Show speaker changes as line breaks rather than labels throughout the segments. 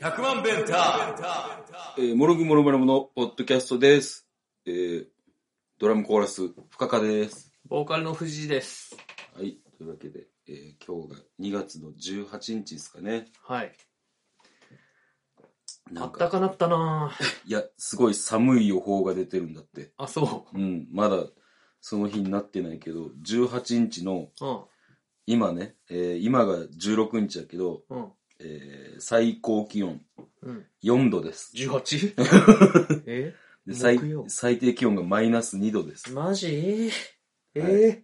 100万ベンタ
えー、もろぐもろもろものポッドキャストです。えー、ドラムコーラス、深川です。
ボーカルの藤井です。
はい、というわけで、えー、今日が2月の18日ですかね。
はい。
な
あ
ん
った
か、
かなったなぁ。
いや、すごい寒い予報が出てるんだって。
あ、そ
うん、まだその日になってないけど、18日の、
う。うん。
今ね、えー、今が16日だけど、
うん。
えー、最高気温
うん。
4度です。
18? え
で最
木曜
最低気温がマイナス2度です。
マジえ
はい
ー、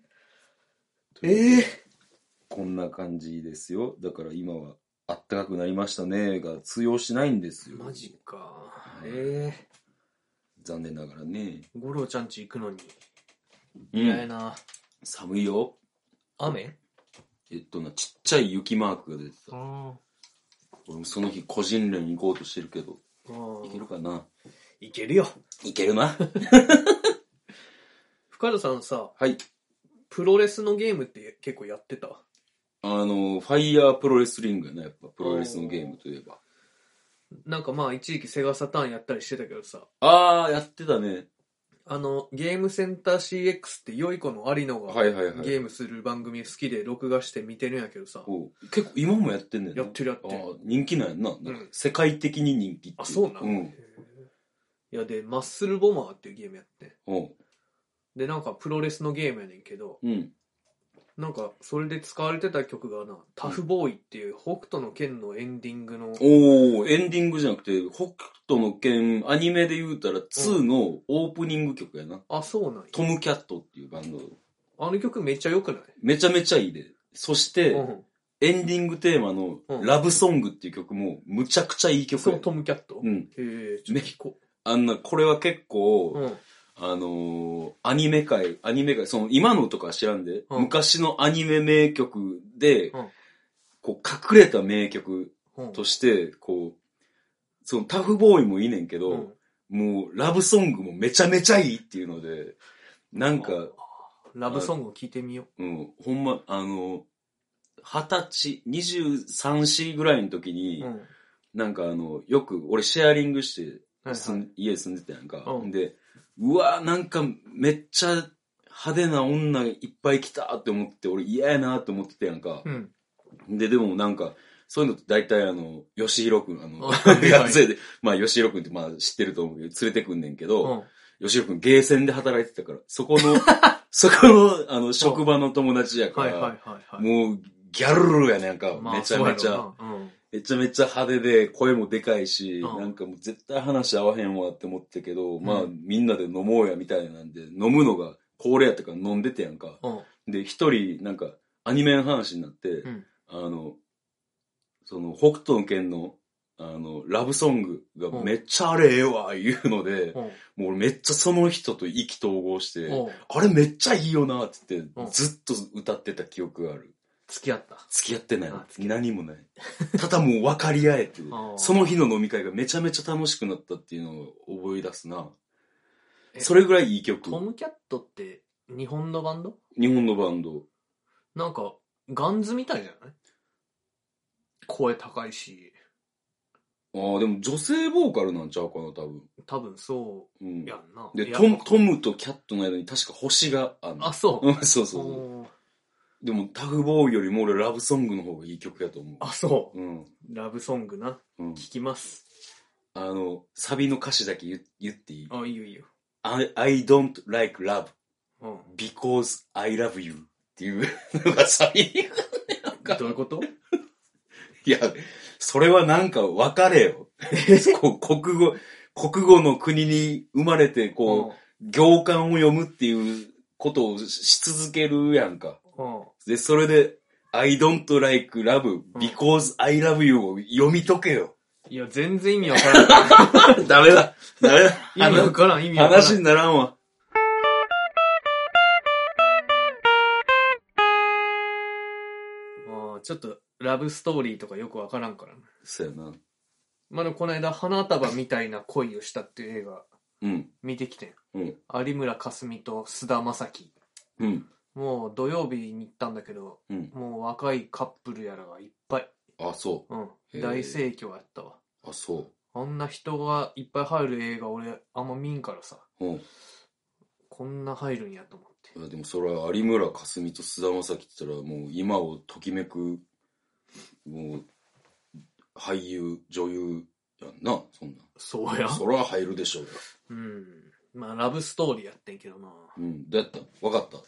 えー、
こんな感じですよ。だから今は、あったかくなりましたねが通用しないんですよ。
マジか。え
残念ながらね。
ー、五郎ちゃんち行くのに。
う
嫌や
ん。
な
寒いよ。
雨
えっとな、ちっちゃい雪マークが出てた。
あ
俺もその日個人連行こうとしてるけど、
あ。
いけるかない
けるよ。
いける な
深田さんさ、
はい。
プロレスのゲームって結構やってた
あの、ファイヤープロレスリングやな、やっぱ。プロレスのゲームといえば。
なんかまあ一時期セガサターンやったりしてたけどさ、
あー、やってたね。
あの、ゲームセンター CX って良い子の有野が
はいはいはい。
ゲームする番組好きで録画して見てるんやけどさ。
おう結構今もやってんねんな
やってるやってる
あー人気なんやんななんか世界的に人気ってい
あ、そうなん、
う
へ
ん
えいや、で、マッスルボマーっていうゲームやって。
うん
で、なんかプロレスのゲームやねんけど、
うん
なんかそれで使われてた曲がな、タフボーイっていう北斗の剣のエンディングの、
おおエンディングじゃなくて北斗の拳アニメで言うたら2のオープニング曲やな、
あ、そうなんや。
トム・キャットっていうバンド
あの曲めっちゃ良くない
めちゃめちゃいいでそして、
うん。
エンディングテーマの
うん
「ラブソング」っていう曲もむちゃくちゃいい曲
そ
や
う、トムキャット。
うん
へえ、ちょっと聞こ
あんなこれは結構、
う。うん。
あのーアニメ界、アニメ界、その今のとかは知らんで、
うん
昔のアニメ名曲で、
うん
こう隠れた名曲
うん。
として、こう、そのタフボーイもいいねんけど、
うん
もうラブソングもめちゃめちゃいいっていうので、なんか、
ラブソングを聞いてみよ
うん、ほんま、あの、二十歳、二十三歳ぐらいの時
う。
に、
うん。
なんかあの、よく俺シェアリングして、
はい
住ん家住んでたやんか、
うん
でうわなんかめっちゃ派手な女いっぱい来たって思って俺嫌やなって思ってたやんか
う、ん。
ででもなんかそういうのって大体あの吉弘君あの
あ はいはい
学生でまあ吉弘君ってまあ知ってると思うけど連れてくんねんけ
う
ど、
ん。
吉弘君ゲーセンで働いてたからそこ のそこのあの職場の友達やか
はいはい
ら、
はいはい。
もうギャルルやねんか、
まあ
めちゃめち。
そうや
ゃ。
ろうなうん。
めちゃめちゃ派手で、声もでかいし、
うん
なんかもう絶対話合わへんわって思ってたけど、まあ
う
みんなで飲もうやみたいなんで、飲むのが恒例やったから飲んでてやんか。
うん。
で、一人、なんか、アニメの話になって、
ん
あの、その、北斗の拳の、あの、ラブソングが
うん
めっちゃあれええわ、言うので、
うん。
もう俺めっちゃその人と意気投合して、
うん
あれめっちゃいいよな、って言って、
うん
ずっと歌ってた記憶がある。
付き合った。
付き合ってない
あ。
何もない。ただもう分かり合えて
あ、ー
その日の飲み会がめちゃめちゃ楽しくなったっていうのを思い出すな。
え
それぐらいいい曲。
トムキャットって日本のバンド
日本のバンド。
なんか、ガンズみたいじゃない声高いし、
ああ、でも女性ボーカルなんちゃうかな、多分。
多分そ
うん
う、。やんな。
で、
いや
トム、トムとキャットの間に確か星があんの
あ、そう。
うんそうそうそう。
おー
でもタフボーイよりも俺ラブソングの方がいい曲やと思う。
あ、そう。
うん。
ラブソングな。
うん。
聞きます。
あの、サビの歌詞だけ言う言っていい
あ、いいよいいよ。
I, ?I don't like love
うん。
because I love you っていう のがサビにか
どういうこと
いや、それはなんか分かれよ。 こう国語、国語の国に生まれて、こう、行間を読むっていうことをし続けるやんか。
うん。うん
で、それで、I don't like love because I love you を読み解けよ。
いや、全然意味わからん。
ダメだ。ダメだ。
意味わからん、意味わからん。
話にならんわ。
あーちょっと、ラブストーリーとかよくわからんからな。
そうやな。
まあ、でもこの間、花束みたいな恋をしたっていう映画
うん。
見てきてん。
うん。
有村架純と菅田将暉。
うん。
もう土曜日に行ったんだけど、
うん。
もう若いカップルやらがいっぱい。
あ、そ
うん。
へー
大盛況やったわ。
う。あ、そ
あんな人がいっぱい入る映画俺あんま見んからさ、
う。うん。
こんな入るんやと思って。
いやでもそれは有村架純と菅田将暉って言ったらもう今をときめく、もう、俳優、女優やんな、そん
そう
な
や
ん。。それは入るでしょうよ。
うん。まあラブストーリーやってんけどな。
うん。どうやったわかった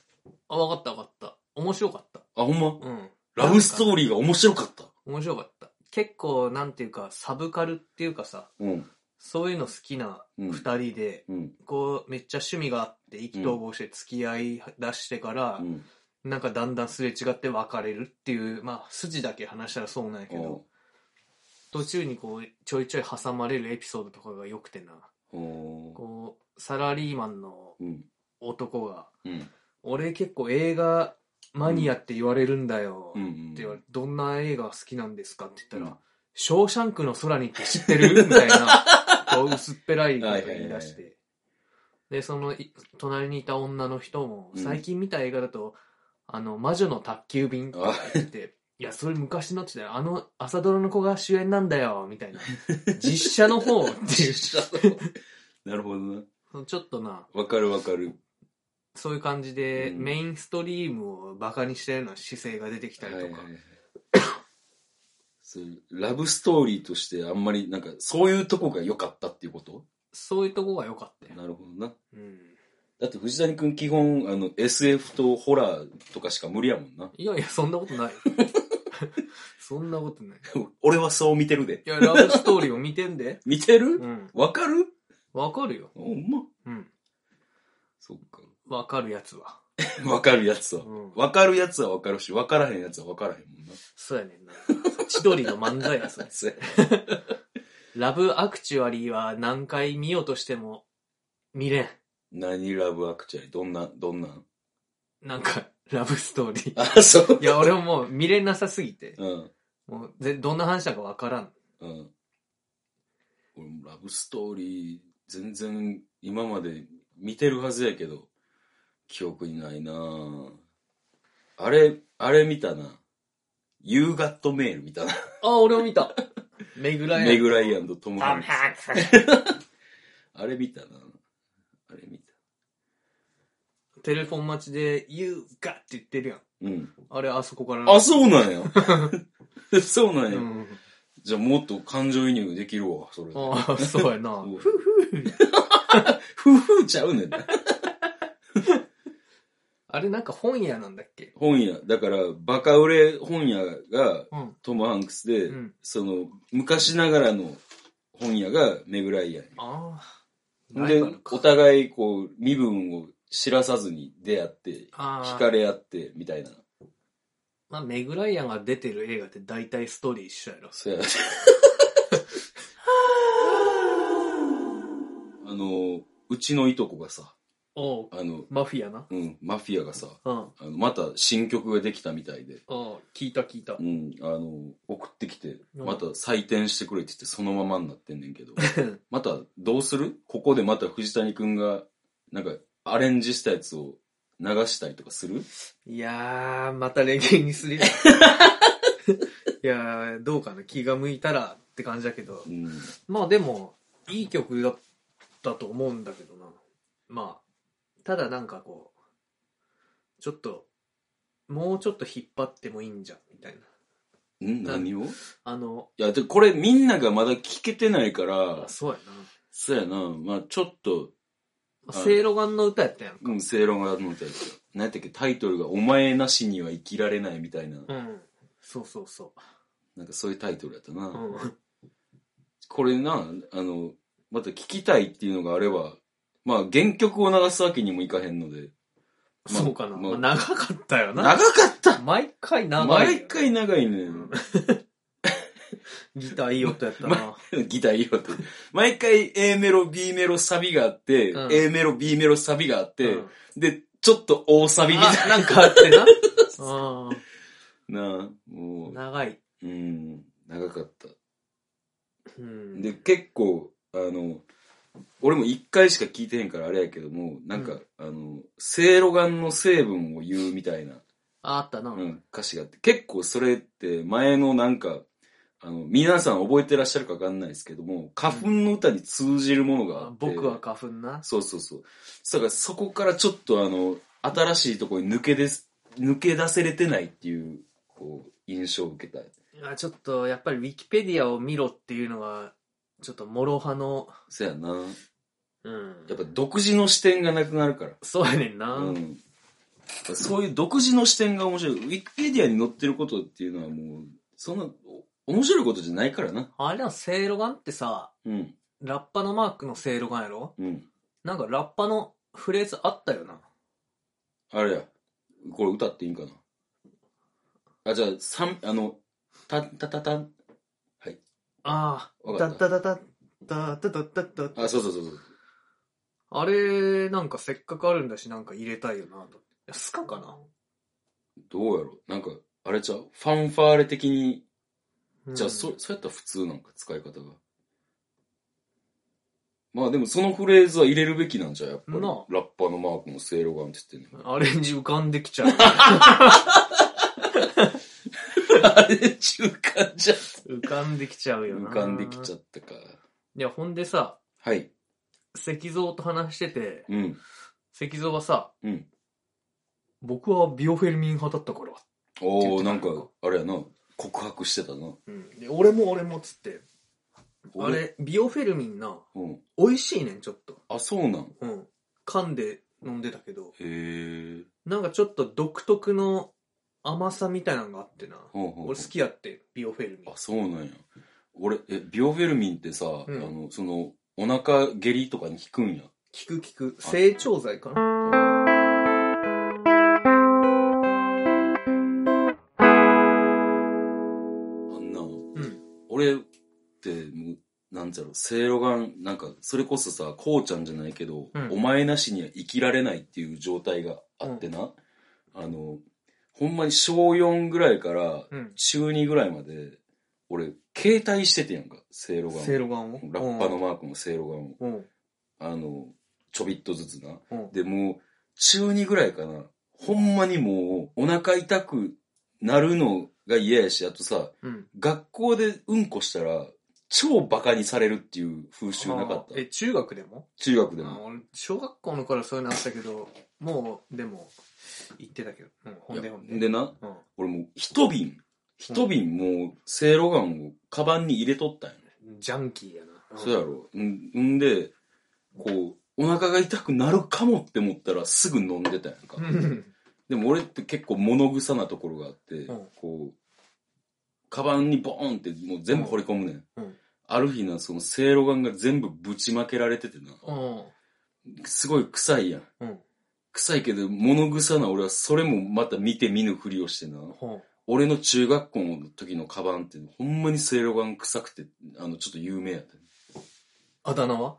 あ、わかったわかった。面白かった。
あ、ほんま
うん。
ラブスト
リ
ーリーが面白かった。
ー面白かった。結構なんていうかサブカルっていうかさ、
うん。
そういうの好きな
うん
二。人で、
うん。
こう、めっちゃ趣味があって、意気投合して付き合い出してから、
うん。
なんかだんだんすれ違って別れるっていう、まあ、筋だけ話したらそうなんやけど、途中にこう、ちょいちょい挟まれるエピソードとかが良くてな、
うん。
こう、サラリーマンの
うん。
男が、
うん。
俺結構映画マニアって言われるんだよ、
う
って
ん。
言われて、どんな映画好きなんですかって言ったら、
うん
ショーシャンクの空にって知って るみたいな、こう薄っぺらいこと言い出して。で、そのい、隣にいた女の人も、
うん
最近見た映画だと、あの、魔女の宅急便って言って、いや、それ昔のって言ったら、あの、朝ドラの子が主演なんだよ、みたいな。実写の方 っていう。ち
なるほどな。
ょっとな、
わかるわかる。
そういう感じで、
うん
メインストリームをバカにしたような姿勢が出てきたりとか。
はいはいはいそうラブストーリーとしてあんまりなんかそういうとこが良かったっていうこと
そういうとこが良かったよ。
なるほどな。
うん。
だって藤谷くん基本あの SF とホラーとかしか無理やもんな。
いやいや、そんなことない。そんなことない。
俺はそう見てるで
い。や、ラブストーリーを見てんで。
見てる
うん。
わ、かる
わかるよ。
ほんま。
うん。
そっか。
わかるやつは。
わかるやつは
う。ん。
わかるやつはわかるし、わからへんやつはわからへんもんな。
そうやねんな。千鳥の漫才やそれ。
そうや
ラブアクチュアリーは何回見ようとしても見れん。
何ラブアクチュアリーどんな、どんなん
なんか、ラブストーリー。
あ、 そう
い。や、俺ももう見れなさすぎて。
うん。
もうぜ、どんな話だかわからん。
うん。俺もラブストーリー、全然今まで見てるはずやけど、記憶にないなぁあれ、あれ見たな。You Got Mail 見たな。
あ、俺も見た。メグライアン。
メグライアンとトム・
ト
ハ
ム
ンクス
ハンクス。
あれ見たなあれ見た。
テレフォン待ちで、You got って言ってるやん。
うん。
あれ、あそこから。
あ、そうなんや。 そうなん
う
や。
ん。
じゃあもっと感情移入できるわ、それで。
ああ、そうやな。
ふふ。 ふふちゃうねんな。
あれ、なんか本屋なんだっけ
本屋、だから、バカ売れ本屋が
うん。
トム・ハンクスで、
うん。
その、昔ながらの本屋がメグライアン
ああ。
や。で、お互いこう、身分を知らさずに出会って、
あ
惹
あ
かれ合って、みたいな。
まあ、メグライアンが出てる映画って大体ストーリー一緒 やろ。
そうや。 あの、うちのいとこがさ、
おう、
あの、
マフィアな。
うん、マフィアがさ、
うん。あ
あのまた新曲ができたみたいで、
あ、聞いた聞いた
う。ん、あの、送ってきて、
うん
また採点してくれって言ってそのままになってんねんけど、またどうするここでまた藤谷くんが、なんかアレンジしたやつを流したりとかする
いやー、またレゲエにす りだ。いやー、どうかな。気が向いたらって感じだけど
う。ん、
まあでも、いい曲だったと思うんだけどな。まあ、ただなんかこう、ちょっと、もうちょっと引っ張ってもいいんじゃん、みたいな。
ん何をい
あの、
や、でこれみんながまだ聞けてないから
あ、そうやな。
そうやな、まあちょっと、
まあ
はい
せいろがんの歌やったやんか。
うん、正論が載ったやつ。何やったっけタイトルがお前なしには生きられないみたいな、
うん。そうそうそ
なんかそういうタイトルやったな。
う。うん。
これな、あの、また聞きたいっていうのがあれば、まあ原曲を流すわけにもいかへんので。まあ
そうかな。
ま
ま
あ
あ長かったよ
長か
な。
った
毎回長いよね。
毎回長いね。
ギターいい音やったな。
ギターいい音。毎回 A メロ、B メロ、サビがあって、
うん
A メロ、B メロ、サビがあっ
う
て、
ん
で、ちょっと大サビみたい
あなんかあってな。
な。
う
も
ん。長い。
う、うん、長かった。
うん。
で、結構、あの、俺も一回しか聞いてへんからあれやけども、なんか、あの、セいろがんの成分を言うみたいな、
ああったな。
うん、歌詞があって、結構それって前のなんか、あの、皆さん覚えてらっしゃるかわかんないですけども、花粉の歌に通じるものがあ
あ
って、
僕は花粉な。
そうそうそう。だからそこからちょっとあの、新しいところに抜けです、抜け出せれてないっていう、こう、印象を受けた。
いやちょっと、やっぱりウィキペディアを見ろっていうのが、ちょっと諸派の、
そやな。
うん。
やっぱ独自の視点がなくなるから。
そうやねんな。
うん。やっぱそういう独自の視点が面白い。ウィキペディアに載ってることっていうのはもう、そんな、お面白いことじゃないからな。
あれな、セいろがんってさ、
うん。
ラッパのマークのセいろがんやろ
うん。
なんかラッパのフレーズあったよな。
あれや。これ歌っていいんかな。あ、じゃあ、三、あの、た、たたたん。
ああ、
わか
だ
っ
だだだ、だだだだだ
あ、そうそうそうそう。
あれ、なんかせっかくあるんだし、なんか入れたいよなと。いやスカかな、
どうやろうなんか、あれちゃうファンファーレ的に、
うん
じゃあ、そ、そうやったら普通なんか使い方が。まあでもそのフレーズは入れるべきなんじゃうやっぱり。
な
ラ
あ
ッパーのマークもセいろがんって 言ってんねん。
アレンジ浮かんできちゃう。
あれ、中間じゃ
浮かんできちゃうよな。
浮かんできちゃ
う。
ったか。
いや、ほんでさ、
はい。
石像と話してて、
うん。
石像はさ、
うん
僕はビオフェルミン派だったから。
おお
って言
な
っ
ん
てた
か
のか、
あれやな。告白してたな。
うん、で俺も俺もっつって。あ
俺
れ、ビオフェルミンな、
うん。
美味しいねん、ちょっと。
あ、そうなん。
うん。噛んで飲んでたけど、
へえ。
なんかちょっと独特の甘さみたいなのがあってな。
ほうほうほう
俺好きやって、ビオフェルミン
あ、。そうなんや。俺、え、ビオフェルミンってさ、あ
ん
の、その、お腹下痢とかに効くんや。
聞く聞く。成長剤かな
あんな、
うん。
俺って、もうなんちゃろ、せいろがん、なんか、それこそさ、こうちゃんじゃないけど、
うん
お前なしには生きられないっていう状態があってな、あの、ほんまに小4ぐらいから
うん。
中2ぐらいまで、俺、携帯しててんやんか、せいろがん。
セイロガンを
ラッパのマークのせいろがんを。
うん。
あの、ちょびっとずつな。
うん。
で、もう、中2ぐらいかな。ほんまにもう、お腹痛くなるのが嫌やし、あとさ、
うん。
学校でうんこしたら、超バカにされるっていう風習なかった
あー。え、中学でも
中学で
あー
も。
俺、小学校の頃そういうのあったけど、もう、でも、言ってたけど。うん。ほんでほん
いや
で。
でな、
うん。
俺もう一瓶、一瓶もう、せいろがんをカバンに入れとったんやね。
ジャンキーやな。
そうやろ。んんで、こう、お腹が痛くなるかもって思ったらすぐ飲んでたやんか。
うん。
でも俺って結構物臭なところがあって、
ん
こう、カバンにボーンってもう全部掘り込むねん。
うん
ある日な、そのせいろがんが全部ぶちまけられててな。
うん。
すごい臭いやん。
うん。
臭いけど、物臭な俺はそれもまた見て見ぬふりをしてな。
ほう。
俺の中学校の時のカバンって、ほんまにせいろがん臭くて、あの、ちょっと有名やったね。
あだ名は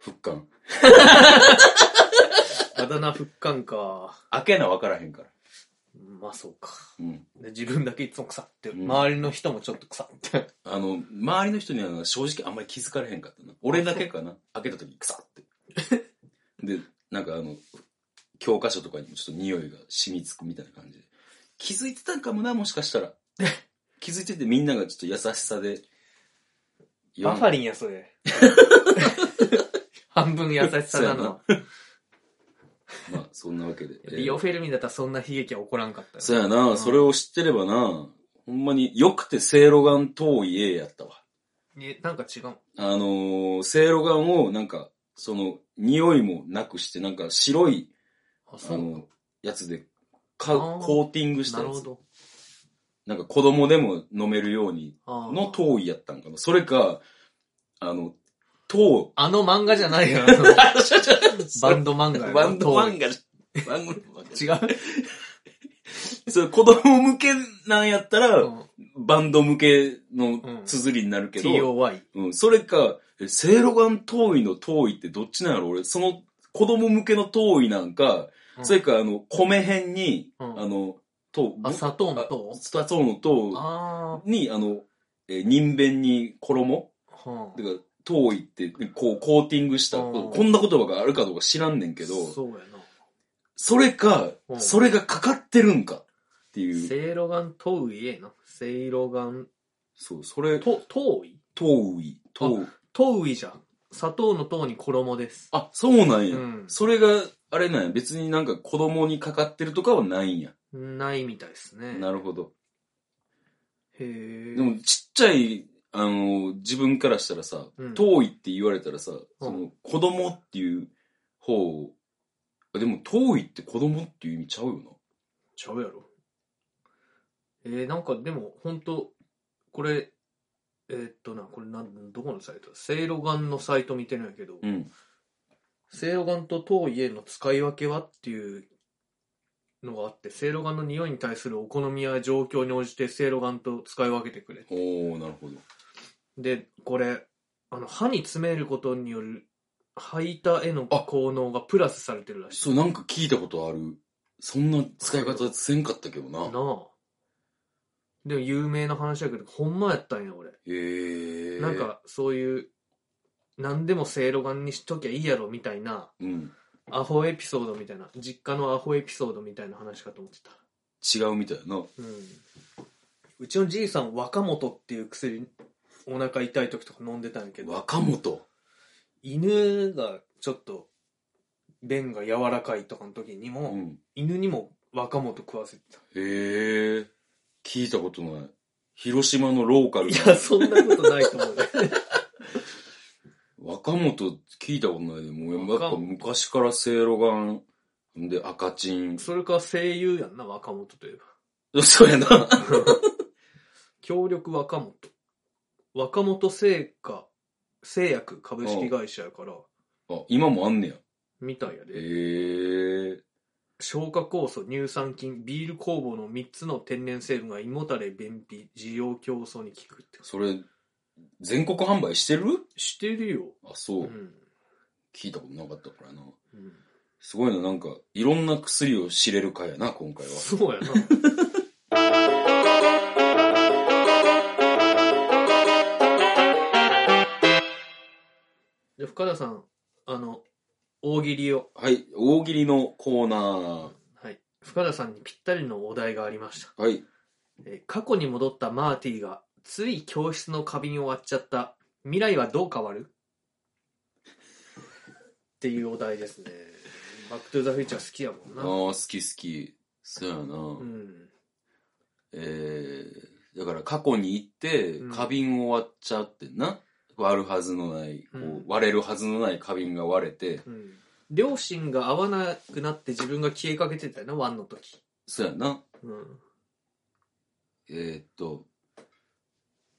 ふっかん。
あだ名復刊か。
開けなわからへんから。
まあそうか。
うん。
で自分だけいつも腐って、
うん
周りの人もちょっと腐って。
あの、周りの人には正直あんまり気づかれへんかったな。俺だけかな。開けた時、臭って。 で、なんかあの、教科書とかにもちょっと匂いが染みつくみたいな感じで。気づいてたんかもな、もし かしたら。気づいててみんながちょっと優しさで。
バファリンや、そ れ。半分優しさなの。
まあ、そんなわけで。
ビオフェルミンだったらそんな悲劇は起こらんかったよ。
そうやな、それを知ってればな、ほんまに良くてせいろがん遠い家やったわ。
え、なんか違う。
あのー、せいろがんをなんか、その、匂いもなくして、なんか白い、
あ、
あ
そう
の、やつで、か、
あー
コーティングし
な
た
る
や
ほ
つ。
ど。
なんか子供でも飲めるように
あー
の遠いやったんかな。それか、あの、遠、
あの漫画じゃない よ。あの バンド漫画やな。
バンド
遠い
漫画じゃ、バンド漫画じ
違う
ゃそれ子供向けなんやったら、
うん
バンド向け
う
の
ん
綴りになるけど、
?TOY。
うん、それか、えせいろがん遠いの遠いってどっちなんやろ俺、その子供向けの遠いなんか、
うん
それか、あの、米辺に、
うん
あの、と、
あ、砂糖の糖
スタそうのと
あ
に、あの、えー、人弁に衣
あ。はあ
てか、遠いって、こう、コーティングした、
うん
こんな言葉があるかどうか知らんねんけど、
そうやな
それか、
うん
それがかかってるんかっていう、
せいろがんとういえなせいろがん
そう、それ、
ととうい
遠い、遠い。
とういじゃん砂糖の糖に衣です
あ、そうなん
う
や。
ん
それが、あれなんや。別になんか子供にかかってるとかはないんや。
ないみたいですね
なるほど。
へえ
でも、ちっちゃい、あの、自分からしたらさ、
うん
遠いって言われたらさ、その、子供っていう方を、あでも、遠いって子供っていう意味ちゃうよな。
ちゃうやろえー、なんかでも本当これえーっとなこれなんどこのサイトせいろがんのサイト見てないけど
うん。
せいろがんと糖衣への使い分けはっていうのがあってせいろがんの匂いに対するお好みや状況に応じてせいろがんと使い分けてくれ
おー、なるほど。
でこれあの歯に詰めることによる吐いたへの効能がプラスされてるらしい
そう、なんか聞いたことある。そんな使い方せんかったけどな。
なあでも有名な話やけどほんまやったんや俺
へー。
なん、かそういう何でもせいろがんにしときゃいいやろみたいな
うん。
アホエピソードみたいな実家のアホエピソードみたいな話かと思ってた、
違うみたいやな。
うん、うちのじいさん若元っていう薬お腹痛い時とか飲んでたんやけど
若元。
犬がちょっと便が柔らかいとかの時にも、
うん。
犬にも若元食わせてた
へー。聞いたことない。広島のローカル
い
な
やそんなことないと思うね
若本聞いたことないで、もうやっ
若
ぱ
本
昔からせいろがん、で赤チ ン。
それか声優やんな若元といえば
そうや な。
協力若元若元製菓製薬株式会社やから
あ、今もあんねや。
みたいやで
へえ。
消化酵素乳酸菌ビール工房の3つの天然成分が胃もたれ便秘滋養競争に効くって
それ、全国販売してる
してるよ
あ、そうう、
ん、
聞いたことなかったからな。
うん、
すごいな、なんか、いろんな薬を知れる回やな、今回は。
そうやな で深田さんあの大喜利を
はい、大喜利のコーナー。
はい深田さんにぴったりのお題がありました
はい。
えー過去に戻ったマーティがつい教室の花瓶を割っちゃった未来はどう変わるっていうお題ですねバックトゥザフューチャー好きやもん
ああ、
な
好き好き。そうやな。
うん
えー、だから過去に行って
うん、
花瓶を割っちゃってんな。割るはずのない、
う
こ
ん
う割れるはずのない花瓶が割れて、
うん両親が合わなくなって自分が消えかけてたよなワンの時
そうやな。
うん
えー、っと、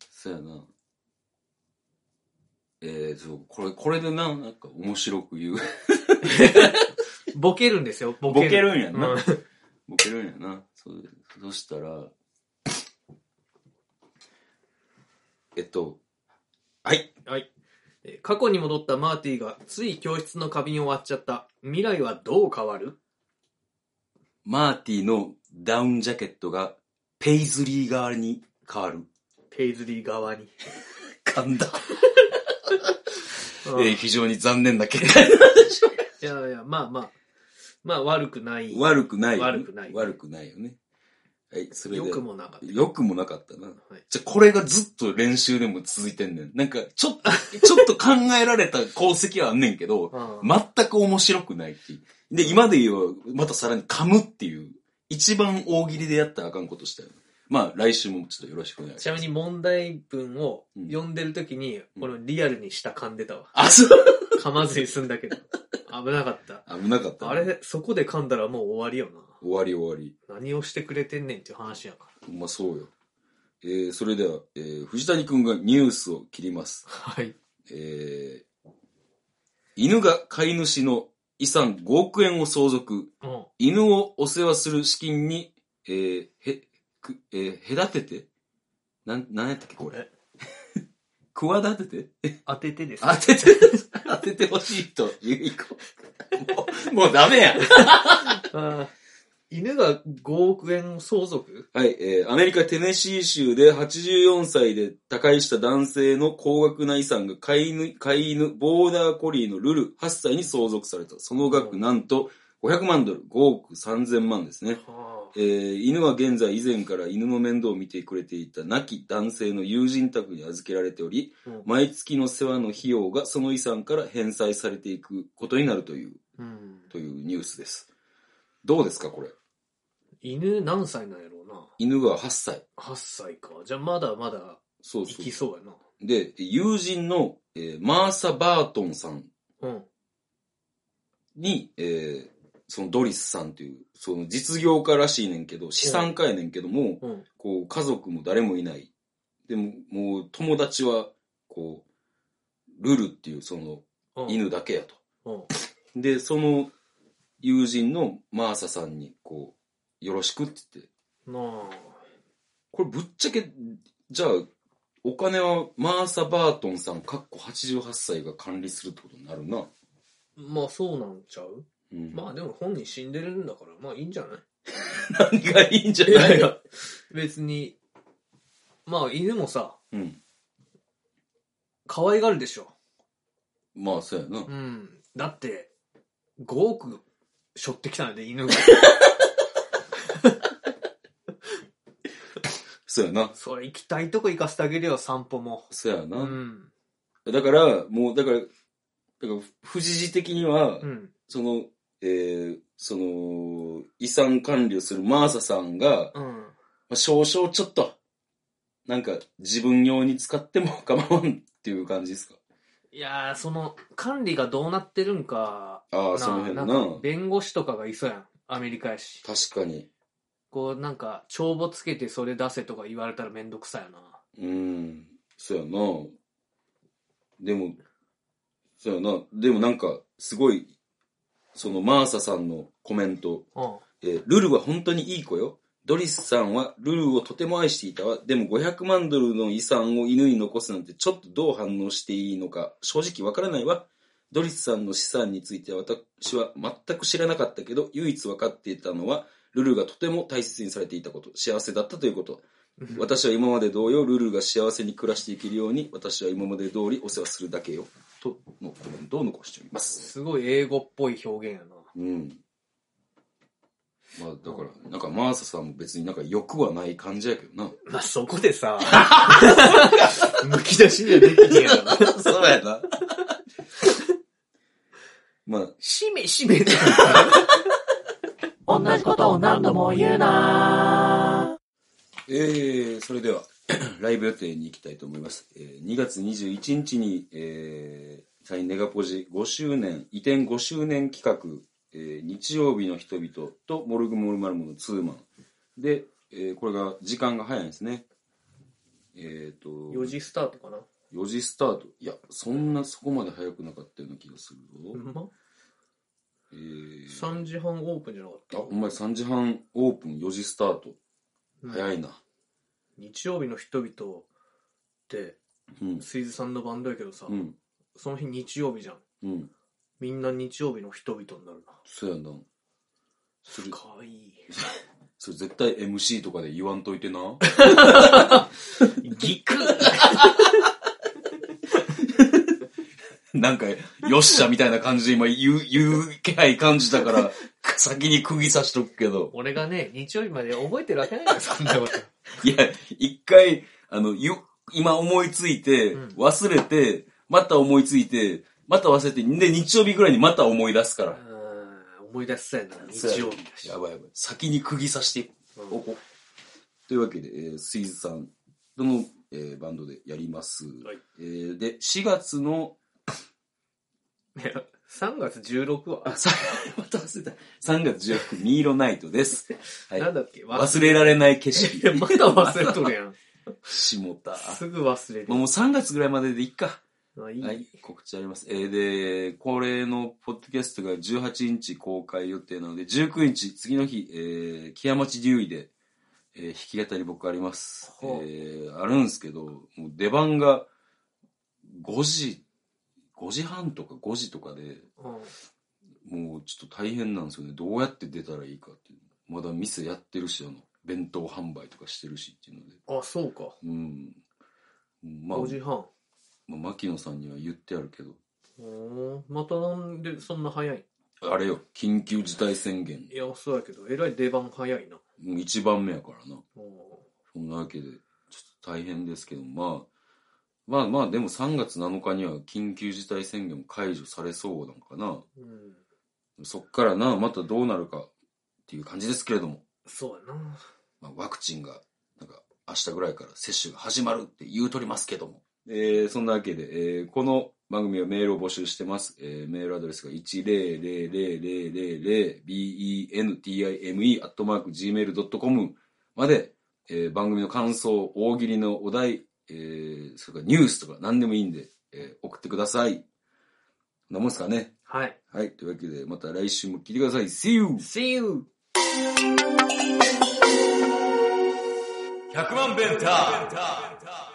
そうやな。えー、そう、これ、これでな、なんか面白く言う。
ボケるんですよボ
ボ
ケる
ケるんやな
うん。
ボケるんやな。そう、そしたら、えっと、はい。
はいえー過去に戻ったマーティがつい教室の花瓶を割っちゃった未来はどう変わる
マーティのダウンジャケットがペイズリー側に変わる。
ペイズリー側に、
噛んだ。
う
え
ん
ー非常に残念な結果。
いやいや、まあまあ、まあ悪くない。
悪くないよね、
悪くない
悪くないよね。はい、それで。
良くもなかった。
良くもなかったな。
はい
じゃ、これがずっと練習でも続いてんねん。なんか、ちょっと、ちょっと考えられた功績はあんねんけど、
うん
全く面白くないっていう。で、今で言えば、またさらに噛むっていう、一番大喜利でやったらあかんことしたよ。まあ、来週もちょっとよろしくお願い
ち
しま
な
す。
みに問題文を読んでる時に、
うん
このリアルに下噛んでたわ。
あ、そう
噛まずに済んだ けど。危なかった。
危なかったな、
あれ、そこで噛んだらもう終わりよ
終わり終わり。
な。何をしてくれてんねんっていう話やか
ほんまそうよ。えー、それでは、えー、藤谷くんがニュースを切ります。
ら。はい。
えー犬が飼い主の遺産5億円を相続。
うん。
犬をお世話する資金に、えーへ、く、えー隔ててなん、なんやったっけこれ。 企てて
当ててです。
当てて、当て てほしいと、ゆいこ。もう、もうダメや。
あー犬が5億円相続
はい、えーアメリカ・テネシー州で84歳で他界した男性の高額な遺産が飼い犬、飼い犬、ボーダーコリーのルル8歳に相続された。その額なんと500万ドル、5億3000万ですね。
は
えー犬は現在以前から犬の面倒を見てくれていた亡き男性の友人宅に預けられており、
あ、うん
毎月の世話の費用がその遺産から返済されていくことになるという、
うん
というニュースです。どうですか、これ。
犬何歳なんやろうな
犬が8歳。
8歳かじゃあまだまだ
そ
い
うそう
き。そうやな
で、友人の、えーマーサ・バートンさん
うん
に、えーそのドリスさんという、その実業家らしいねんけど、資産家やねんけども、
うん
こう、家族も誰もいない。でも、もう友達は、こう、ルルっていうその
うん
犬だけやと。
うん
で、その友人のマーサさんに、こう、よろしくって言って、
なあ
これぶっちゃけ、じゃあ、お金はマーサ・バートンさん、かっこ88歳が管理するってことになるな。
まあそうなんちゃう
うん
まあでも本人死んでるんだからまあいいんじゃない
何がいいんじゃ
い
な
や
い
い
の
や 別にまあ犬もさ
うん。
可愛がるでしょ
まあ、そうやな。
うんだって5億背負ってきたので犬が
そうやな。
それ行きたいとこ行かせてあげるよ散歩も
そうや
う
な。
ん
だから、もう、だから、だから、不時事的には
う、ん
その、えーその、遺産管理をするマーサさんが、
うん
まあ少々ちょっと、なんか、自分用に使っても構わんっていう感じですか。
いやーその管理がどうなってるんか
ああ、その辺な。
んか弁護士とかがいそうやんアメリカやし
確かに。
こうなんか帳簿つけてそれ出せとか言われたらめんどくさいよな
うん、そうやな。でも、そうやな。でもなんか、すごい、そのマーサさんのコメント、
うん
えールルは本当にいい子よ。ドリスさんはルルをとても愛していたわ。でも500万ドルの遺産を犬に残すなんてちょっとどう反応していいのか正直わからないわ。ドリスさんの資産については私は全く知らなかったけど、唯一分かっていたのは、ルルがとても大切にされていたこと、幸せだったということ。私は今まで同様、ルルが幸せに暮らしていけるように、私は今まで通りお世話するだけよ。とのコメントを残しております。
すごい英語っぽい表現やな
うん。まあ、だから、なんか、マーサさんも別になんか欲はない感じやけどな。
まあ、そこでさ、 むき出しにはできねえやろ。
そうやな。 まあ、
しめしめ
同じことを何度も言うな
えー、それでは、 ライブ予定に行きたいと思います。えー2月21日に、えー、サインネガポジ5周年、移転5周年企画、えー日曜日の人々と、モルグモルマルモのツーマン。で、えーこれが、時間が早いんですね。えっ、と、
4時スタートかな。
4時スタート。いや、そんなそこまで早くなかったような気がするぞ。
ま
えー、
?3 時半オープンじゃなかっ
あ、
た、
お前3時半オープン、4時スタート。
うん
早いな。
日曜日の人々って、
うん。
スイズさんのバンドやけどさ、
うん。
その日日曜日じゃん。
うん。
みんな日曜日の人々になるな。
そうやな。する。
かわいい。
それ絶対 MC とかで言わんといてな。
ギク
なんか、よっしゃみたいな感じで今言う、言う気配感じ たから、先に釘刺しとくけど。
俺がね、日曜日まで覚えてるわけないよ、そんな こと。
いや、一回、あの、ゆ、今思いついて
うん、
忘れて、また思いついて、また忘れて、で、日曜日ぐらいにまた思い出すか
う
ら。
ーん、思い出しそうやな、
そうや
日曜日だし。
やばいやばい。先に釘刺して
うん
おこう。というわけで、えースイズさんとの、えーバンドでやります。
はい
えーで、4月の、
いや3月16は
あ、さ、 また忘れた。3月16日、ミーロナイトです。はい
なんだっけ忘
忘れられない景
いや、
色。
まだ忘れと るやん。
下田。
すぐ忘れる
まあもう3月ぐらいまででいっか。
あ。いい。
はい、告知あります。えーで、恒例のポッドキャストが18日公開予定なので、19日、次の日、えー、木屋町竜医で、えー弾き語り僕あります。え
ほう
ーあるんですけど、もう出番が5時、5時半とか5時とかで、
うん
もうちょっと大変なんですよね。どうやって出たらいいかっていう。まだ店やってるし、あの、弁当販売とかしてるしっていうので。
あ、そうか。
うん。まあ
5、時半。
まあ、牧野さんには言ってあるけど、
おーまたなんでそんな早い
あれよ、緊急事態宣言
い、や、そうやけど、えらい出番早いな。
もう一番目やからな。
お
そんなわけで、ちょっと大変ですけど、まあ、まあまあ、でも3月7日には緊急事態宣言も解除されそうなんかな。
ーうん。
そっからな、またどうなるかっていう感じですけれども、
そうやな。
まあ、ワクチンが、なんか、明日ぐらいから接種が始まるって言うとりますけども。えー、そんなわけで、えー、この番組はメールを募集してます。えー、メールアドレスが 1000000bentime.gmail.com まで、えー、番組の感想、大喜利のお題、えー、それからニュースとか何でもいいんで、えー、送ってください。こんなもんすかね。
はい。
はい。というわけで、また来週も聞いてください。See you!
See you!
100万ベンター